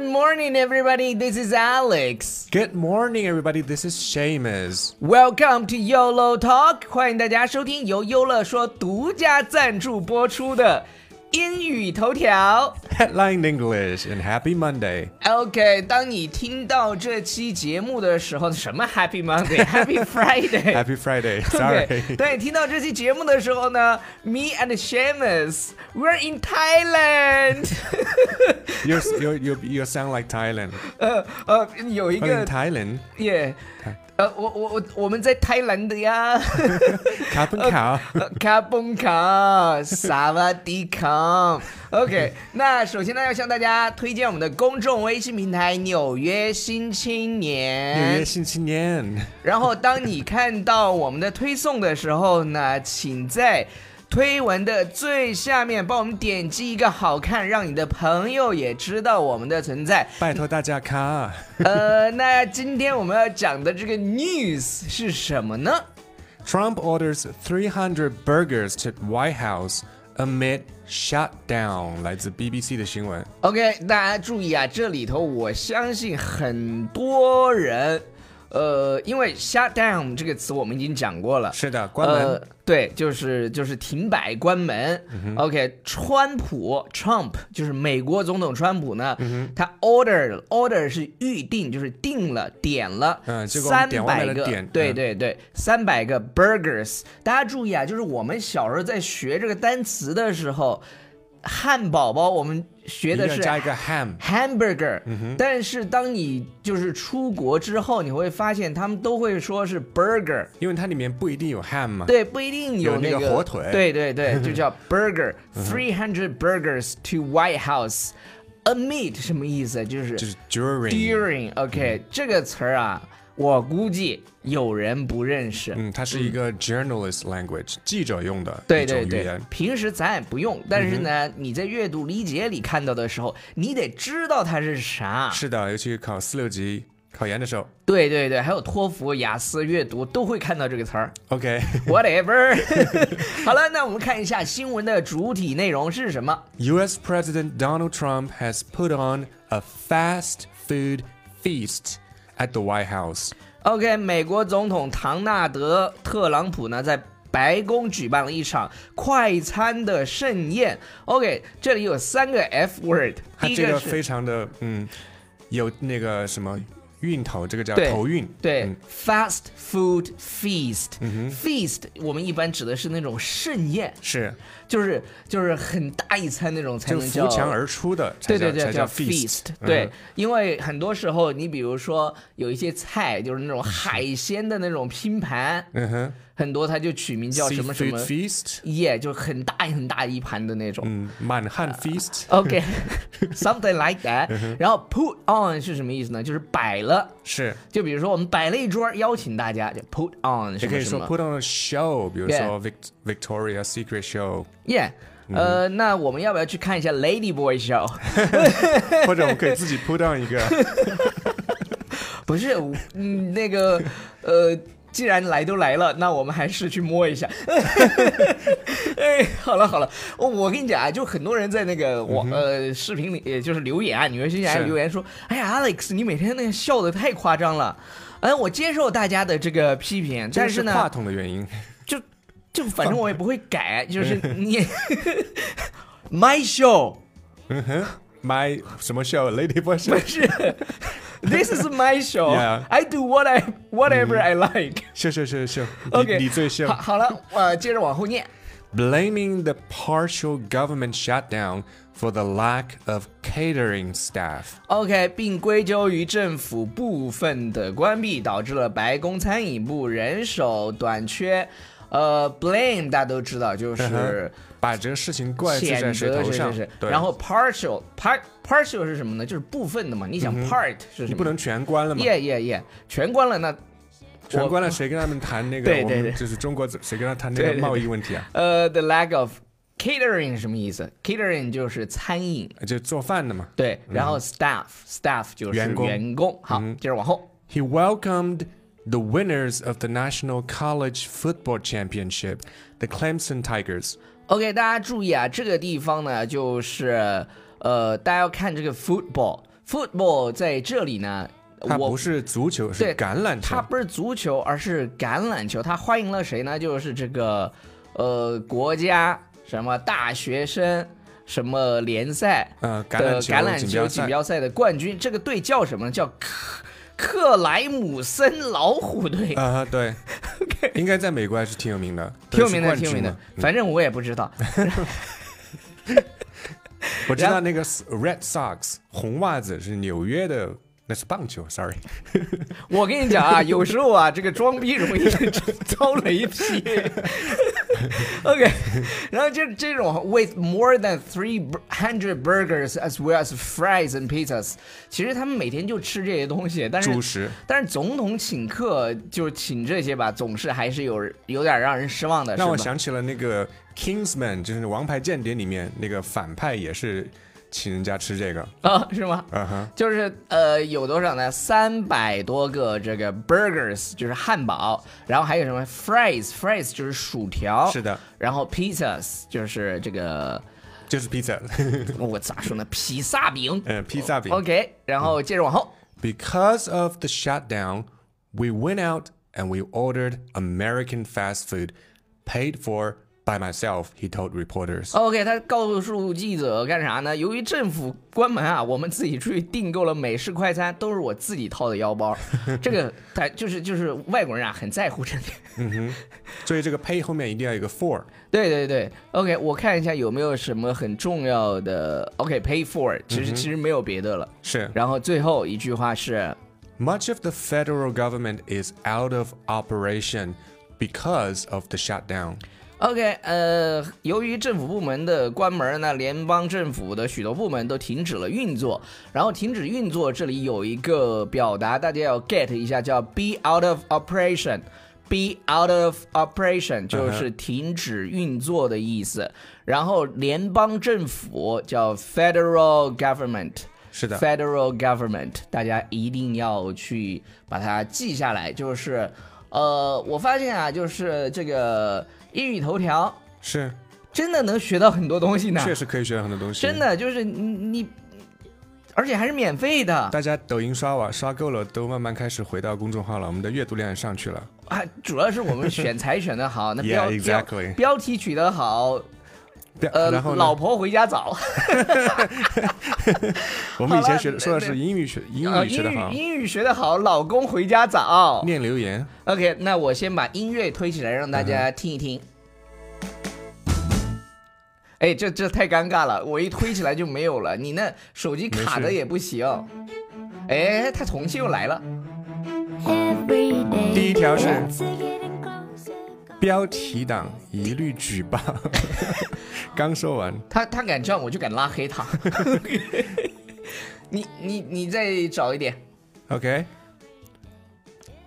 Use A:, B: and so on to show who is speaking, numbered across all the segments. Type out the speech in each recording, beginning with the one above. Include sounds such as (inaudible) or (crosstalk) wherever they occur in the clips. A: morning, everybody. This is Alex.
B: Good morning, everybody. This is Seamus.
A: Welcome to YOLO Talk，欢迎大家收听由优乐说独家赞助播出的英语头条。
B: Headline English and Happy Monday.
A: OK，当你听到这期节目的时候，什么 Happy
B: (laughs)
A: Monday，Happy Friday。 (laughs)
B: Happy Friday.
A: 对
B: Sorry.
A: (laughs)
B: (laughs)
A: 对，听到这期节目的时候呢，Me and Shamus, we're in Thailand (laughs)
B: ，You you you you sound like Thailand.
A: 呃呃，有一
B: But in
A: 个 (laughs)
B: Thailand,
A: 耶，呃，我我我我们在泰兰的
B: (laughs)
A: 呀。
B: cap and
A: (laughs)
B: cow.
A: 呃卡蹦卡，萨瓦迪卡。OK，那首先呢，要向大家推荐我们的公众微信平台《纽约新青
B: 纽
A: 年
B: 约》。新青年，
A: 然后，当你看到我们的推送的时候呢，请在。推文的最下面帮我们点击一个好看，让你的朋友也知道我们的存在。
B: 拜托大家看。
A: 呃，那今天我们要讲的这个 news 是什么呢？
B: Trump orders 300 burgers to White House amid shutdown，来自 BBC 的新闻。
A: OK，大家注意啊，这里头我相信很多人，呃，因为 shut down 这个词我们已经讲过了，
B: 是的，关门。
A: 呃，对，就是就是停摆关门。OK，川普 Trump 就是美国总统川普呢，
B: 嗯
A: 他 order order 是预定，就是定了点了，
B: 嗯结果我
A: 三
B: 们点外
A: 百
B: 卖的
A: 个，
B: 点
A: 对
B: 嗯
A: 对对，三百个 burgers。大家注意啊，就是我们小时候在学这个单词的时候，汉堡包我们学
B: 一
A: 的
B: 定要
A: 是
B: 加一个嗯 ham。
A: hamburger，、但是当你就是出国之后，你会发现他们都会说是 burger。
B: 因为它里面不一定有 ham 嘛。
A: (laughs) 对，不一定
B: 有
A: 那
B: 那个火腿嗯
A: 对对对，就
B: (laughs)
A: 叫 burger。Three hundred burgers to White House amid 什么意思？就是
B: 就是嗯 during，
A: during。OK，这个词儿啊，我估计有人不认识。
B: 嗯，它是一个 journalist language，记者用的
A: 对
B: 一种
A: 对
B: 语
A: 对
B: 言。，嗯
A: 平时咱也不用，但是呢，你在阅读理解里看到的时候，你得知道它是啥。
B: 是的，尤其考四六级考研的时候。 (laughs)
A: 对对对，还有托福、雅思阅读都会看到这个
B: (laughs)
A: 词儿。
B: OK，
A: Whatever。好 (laughs) 了，那我们看一下新闻的主体内容是什么。
B: U.S. President Donald Trump has put on a fast food feast at the White House.
A: OK，美国总统唐纳德·特朗普呢，在白宫举办了一场快餐的盛宴。OK，这里有三个 F word，
B: 他
A: 第一
B: 这个
A: 是
B: 非常的嗯，有那个什么韵头，这个叫
A: 对
B: 头韵。
A: 对、
B: 嗯
A: fast food feast、feast 我们一般指的是那种盛宴，
B: 是
A: 就是就是很大一餐那种才
B: 就
A: 能
B: 扶
A: 叫。
B: 墙而出的
A: 对
B: 才叫
A: 对对，
B: 才叫
A: feast
B: feast。。
A: 对
B: 嗯，，
A: 因为很多时候，你比如说有一些菜，就是那种海鲜的那种拼盘，
B: 嗯哼，
A: 很多它就取名叫什么什么
B: Seafood feast，
A: 耶，就很大很大一盘的那种。
B: 嗯，满汉 feast。 (laughs)
A: OK，something、like
B: 嗯
A: that。然后 put on 是什么意思呢？就是摆了。
B: 是，
A: 就比如说我们摆了一桌，邀请大家就 put on
B: 也
A: 什
B: 可
A: 么
B: 以
A: 什
B: 说
A: 么。
B: put on a show，比如
A: Yeah
B: 说 Vic Victoria Secret
A: (laughs)
B: Show，
A: 耶。呃，
B: 嗯
A: 那我们要不要去看一下 Lady Boy Show？
B: 或者我们可以自己 put on 一个。
A: (laughs) 不是，嗯，那个，呃，既然来都来了，那我们还是去摸一下。 (laughs) 哎，好了好了，我我跟你讲啊，就很多人在那个网、呃视频里，也就是留言啊，你们之前还
B: 嗯是
A: 留言说，哎呀，Alex，你每天那个笑的太夸张了。哎，我接受大家的这个批评，
B: 这
A: 但
B: 个是话
A: 呢，
B: 筒的原因，
A: 就就反正我也不会
B: 嗯
A: 改，就是你 (laughs) ，my show (laughs)
B: 买什么 show，Lady
A: 不 (laughs)
B: Boy Show，
A: 是，this is my
B: Yeah Mm-hmm
A: show，I do what I whatever I like。
B: 秀秀秀秀，
A: OK，
B: 你你最秀
A: 好，。好了， (laughs) 我接着往后念。
B: Blaming the partial government shutdown for the lack of catering staff.
A: OK，并归咎于政府部分的关闭导致了白宫餐饮部人手短缺。呃，blame 大家都知道，就是
B: 把这个事情嗯怪罪在
A: 谴
B: 谁
A: 责
B: 头
A: 谁谁
B: 上
A: 谁？。
B: 对，
A: 然后 partial part partial 是什么呢？就是部分的嘛。你想 part 是什么？
B: 嗯你不能全关了嘛？
A: 耶耶耶，全关了那
B: 全关了，谁跟他们谈那个？
A: 对
B: 我
A: 对
B: 们
A: 对
B: 就是中国谁跟他谈那
A: 对
B: 个
A: 对对
B: 贸易问题啊？
A: 呃，the lack of catering 是什么意思？catering 就是餐饮，
B: 就做饭的嘛。
A: 对。然后 staff staff 就是
B: 嗯员工嗯
A: 员工。好，接着往后。
B: He welcomed the winners of the National College Football Championship, the Clemson Tigers.
A: OK，大家注意啊，这个地方呢，就是呃，大家要看这个 football。 football 在这里呢，
B: 它
A: 我
B: 不是足球，是
A: 对
B: 橄榄球
A: 它。不是足球，而是橄榄球。它欢迎了谁呢？就是这个呃国家什么大学生什么联赛
B: 呃，橄榄
A: 的
B: 球
A: 橄榄
B: 锦标
A: 球锦
B: 赛。
A: 标赛的冠军。这个队叫什么呢？叫克克莱姆森老虎队。
B: 啊，
A: (laughs)
B: 对，应该在美国还是挺有名的，
A: 挺有
B: 对
A: 名的，
B: 是冠
A: 挺有名
B: 军
A: 的
B: 嘛。嗯
A: 反正我也不知道。
B: 我知
A: 然
B: 道那个 S- Red Sox 红袜子是纽约的，那是棒球，sorry。
A: 我跟你讲啊，有时候啊，这个装逼容易 (laughs) 遭雷劈。OK，然 (laughs) 后这这种 with more than three hundred burgers as well as fries and pizzas，其实他们每天就吃这些东西，但是
B: 主食
A: 但是总统请客就请这些吧，总是还是有有点让人失望的，
B: 让我
A: 是吧？
B: 想起了那个 Kingsman，就是《王牌间谍》里面那个反派也是请人家吃这个。
A: (laughs) 啊，是吗？
B: 嗯哼，
A: 就是呃，有多少呢？三百多个这个 burgers，就是汉堡，然后还有什么 fries，fries 就是薯条，
B: 是的，
A: 然后 pizzas 就是这
B: (laughs)
A: 个
B: 就是 pizza，
A: 我咋说呢？披萨饼。
B: (laughs) 呃，披萨饼。
A: OK，然后接着往后，
B: Because of the shutdown, we went out and we ordered American fast food, paid for by myself, he told reporters.
A: OK，他告诉记者干啥呢？由于政府关门啊，我们自己出去订购了美式快餐，都是我自己掏的腰包。 (laughs) 这个他就是就是外国人啊，很在乎这个。
B: 所以这个 pay 后面一定要有一个 for。
A: 对对对，OK，我看一下有没有什么很重要的。OK，pay、for，其实、其实没有别的了。
B: 是
A: 然后最后一句话是
B: Much of the federal government is out of operation because of the shutdown.
A: OK，呃，由于政府部门的关门呢，联邦政府的许多部门都停止了运作。然后停止运作，这里有一个表达，大家要 get 一下，叫 be out of operation。be out of operation 就是停止运作的意思。然后联邦政府叫 federal government。
B: 是的
A: federal government，大家一定要去把它记下来。就是，呃，我发现啊，就是这个英语头条
B: 是，
A: 真的能学到很多东西呢，
B: 确实可以学到很多东西。
A: 真，的就是你你，而且还是免费的
B: 大家抖音刷完刷够了，都慢慢开始回到公众号了，我们的阅读量也上去了。
A: 啊，主要是我们选材选的
B: (laughs)
A: 好，那
B: Yeah,
A: 标、标
B: exactly.
A: 标题取得好，
B: 对
A: 呃，
B: 然后呢
A: 老婆回家早，
B: 我们以前学
A: 好
B: 的
A: 了
B: 说的是英语学英
A: 啊
B: 语学
A: 英
B: 的
A: 语
B: 好，
A: 英语学的好，老公回家早。
B: 念留言。
A: OK，那我先把音乐推起来，让大
B: 嗯
A: 家听一听。哎、这这太尴尬了，我一推起来就没有了。你那手机卡
B: 没
A: 的
B: 事
A: 也不行。哎，他重庆又来了。
C: Every day.
B: 第一条是
C: Once you're getting closer, go-
B: 标题党一律举报。 (laughs) 刚说完，
A: 他他敢这样，我就敢拉黑他。 (laughs) 你你你再找一点，
B: OK，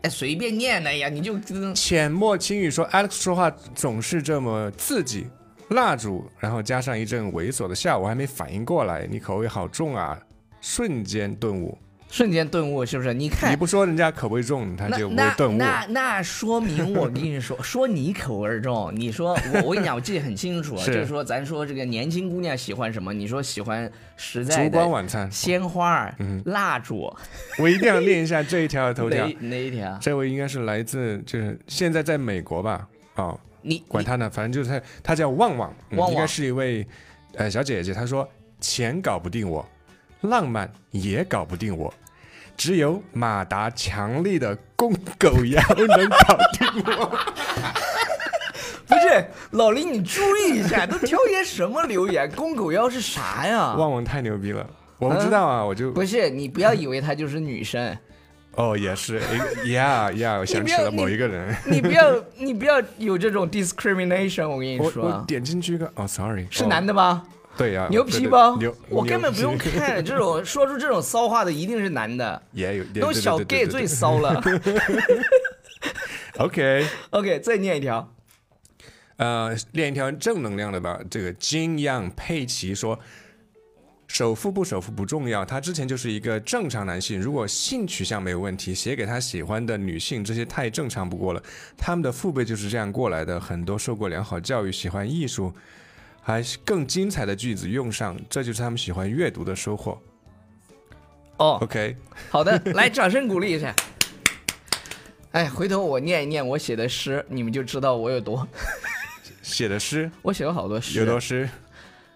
A: 哎，随便念的呀，你就嗯
B: 浅墨轻语说 Alex 说话总是这么刺激，蜡烛，然后加上一阵猥琐的笑，我还没反应过来，你口味好重啊！瞬间顿悟，
A: 瞬间顿悟，是不是？你
B: 你
A: 看，
B: 不说人家口味重，他
A: 那
B: 就不会
A: 那
B: 顿悟。
A: 那那说明我跟你
B: (laughs)
A: 说，说你口味儿重，你说我我跟你讲，我记得很清楚，啊，
B: 是
A: 就是说咱说这个年轻姑娘喜欢什么？你说喜欢实在
B: 烛光
A: 的
B: 晚餐，
A: 鲜花儿、蜡烛，
B: 我一定要念一下这一条的头条
A: (laughs) 哪。哪一啊条？
B: 这位应该是来自，就是现在在美国吧？哦，
A: 你
B: 管他呢，反正就是他，他叫旺旺，嗯
A: 旺旺
B: 应该是一位呃小姐姐。她说：“钱搞不定我，浪漫也搞不定我，只有马达强力的公狗腰能搞定我。
A: 不是老林，你注意一下，都挑些什么留言？公狗腰是啥”呀？ (laughs)
B: 旺旺太牛逼了，我不知道啊，我就
A: 不是，你不要以为她就是女
B: (laughs)
A: 生，
B: 哦也是，yeah yeah，我想起了某一个人，
A: 你不要你不要有这种 discrimination，我跟你
B: 我我
A: 说，啊
B: 点进去一个，哦，sorry，
A: 是
B: 哦
A: 男的吧？
B: 对呀，
A: 牛
B: 啊对
A: 皮
B: 对
A: 吧
B: 牛，？
A: 我根本不用
B: 牛皮
A: 看这种说出这种骚话的，一定是男的。
B: (laughs) 也有也
A: 那种
B: 对对
A: 小
B: 对
A: gay
B: 对对
A: 最骚了。
B: OK。
A: OK，再念一条。
B: 呃，练一条正能量的吧。这个金样佩奇说，首富不首富不重要，他之前就是一个正常男性。如果性取向没有问题，写给他喜欢的女性，这些太正常不过了。他们的父辈就是这样过来的，很多受过良好教育，喜欢艺术，还是更精彩的句子用上，这就是他们喜欢阅读的收获。
A: 哦，
B: OK，
A: 好的，来掌声鼓励一下。哎，回头我念一念我写的诗，你们就知道我有多。 (laughs)
B: 写的诗
A: 我写了好多诗，
B: 有多诗，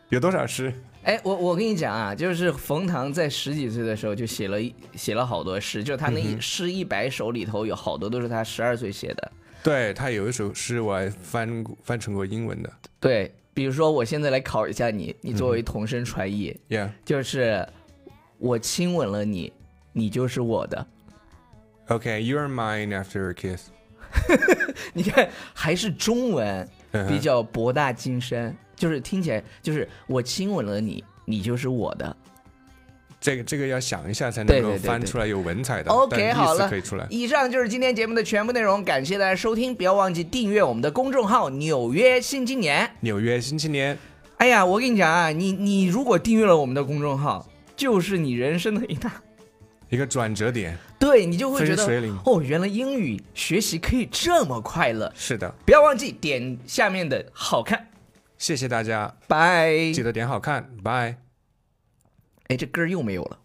B: 有多少诗？
A: 哎，我我跟你讲啊，就是冯唐在十几岁的时候就写了一写了好多诗，就是他
B: 嗯
A: 那一诗一百首里头有好多都是他十二岁写的。
B: 对他有一首诗我还翻过翻成过英文的
A: 对，比如说我现在来考一下你，你作
B: 嗯
A: 为同声传译，
B: ，Yeah。
A: 就是我亲吻了你，你就是我的。 (laughs)
B: Okay, you're mine after a kiss.
A: 你看，还是中文
B: 嗯哼
A: 比较博大精深，就是听起来就是我亲吻了你，你就是我的。
B: 这个这个要想一下才
A: 对
B: 能够
A: 对对
B: 翻
A: 对
B: 出来有文采的
A: OK，
B: 但
A: 好
B: 意
A: 了
B: 思可以出来。
A: 以上就是今天节目的全部内容，感谢大家收听，不要忘记订阅我们的公众号《纽约新青年》。
B: 纽约新青年，
A: 哎呀，我跟你讲啊，你你如果订阅了我们的公众号，就是你人生的一大， (laughs)
B: 一个转折点，
A: 对你就会觉
B: 分水
A: 得
B: 岭
A: 哦，原来英语学习可以这么快乐。
B: 是的，
A: 不要忘记点下面的好看，
B: 谢谢大家，
A: 拜。
B: 记得点好看，拜。
A: 哎，这歌儿又没有了。